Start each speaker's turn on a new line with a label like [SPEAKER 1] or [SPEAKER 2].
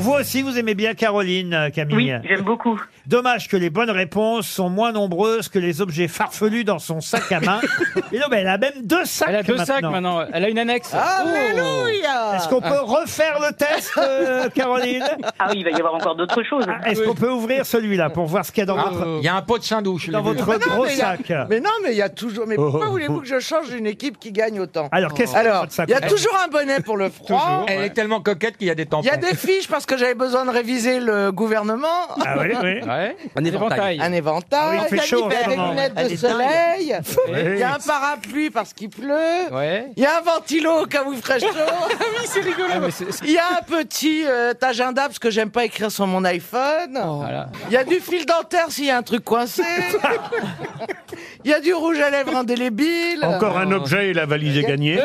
[SPEAKER 1] Vous aussi, vous aimez bien Caroline, euh, Camille.
[SPEAKER 2] Oui, j'aime beaucoup.
[SPEAKER 1] Dommage que les bonnes réponses sont moins nombreuses que les objets farfelus dans son sac à main. Et non, mais elle a même deux sacs
[SPEAKER 3] Elle a deux
[SPEAKER 1] maintenant.
[SPEAKER 3] sacs maintenant. Elle a une annexe.
[SPEAKER 4] Ah,
[SPEAKER 3] Oh.
[SPEAKER 4] Alléluia
[SPEAKER 1] Est-ce qu'on peut refaire le test, euh, Caroline
[SPEAKER 2] Ah oui, il va y avoir encore d'autres choses.
[SPEAKER 1] Est-ce qu'on peut ouvrir celui-là pour voir ce qu'il y a dans votre,
[SPEAKER 5] Il y a un pot de saint-douche.
[SPEAKER 1] dans votre
[SPEAKER 4] non,
[SPEAKER 1] gros
[SPEAKER 4] mais il y a-
[SPEAKER 1] sac Oh,
[SPEAKER 4] Mais non, mais il y a toujours. Mais pourquoi voulez-vous que je change une équipe qui gagne autant
[SPEAKER 1] Alors, qu'est-ce que
[SPEAKER 4] Alors,
[SPEAKER 1] Ah, votre sac
[SPEAKER 4] il y a toujours un bonnet pour le froid.
[SPEAKER 5] Elle est tellement coquette qu'il y a des tampons.
[SPEAKER 4] Il y a des fiches parce que j'avais besoin de réviser le gouvernement.
[SPEAKER 1] Ah oui, oui.
[SPEAKER 3] Ouais.
[SPEAKER 5] Un éventail.
[SPEAKER 4] Un
[SPEAKER 1] Ah oui,
[SPEAKER 4] éventail,
[SPEAKER 1] il fait
[SPEAKER 4] il y a
[SPEAKER 1] chaud en ce
[SPEAKER 4] des
[SPEAKER 1] moment,
[SPEAKER 4] lunettes
[SPEAKER 5] Elle
[SPEAKER 4] de
[SPEAKER 5] est dingue.
[SPEAKER 4] soleil, il y a
[SPEAKER 1] Oui.
[SPEAKER 4] un parapluie parce qu'il pleut,
[SPEAKER 3] Ouais.
[SPEAKER 4] il y a un ventilo au cas où il ferait
[SPEAKER 1] Ah
[SPEAKER 4] chaud,
[SPEAKER 3] Oui, c'est rigolo.
[SPEAKER 4] il y a un petit euh, agenda parce que j'aime pas écrire sur mon iPhone,
[SPEAKER 1] Oh.
[SPEAKER 3] Voilà.
[SPEAKER 4] il y a du fil dentaire s'il y a un truc coincé, il y a du rouge à lèvres indélébile.
[SPEAKER 6] Encore un objet et la valise est gagnée.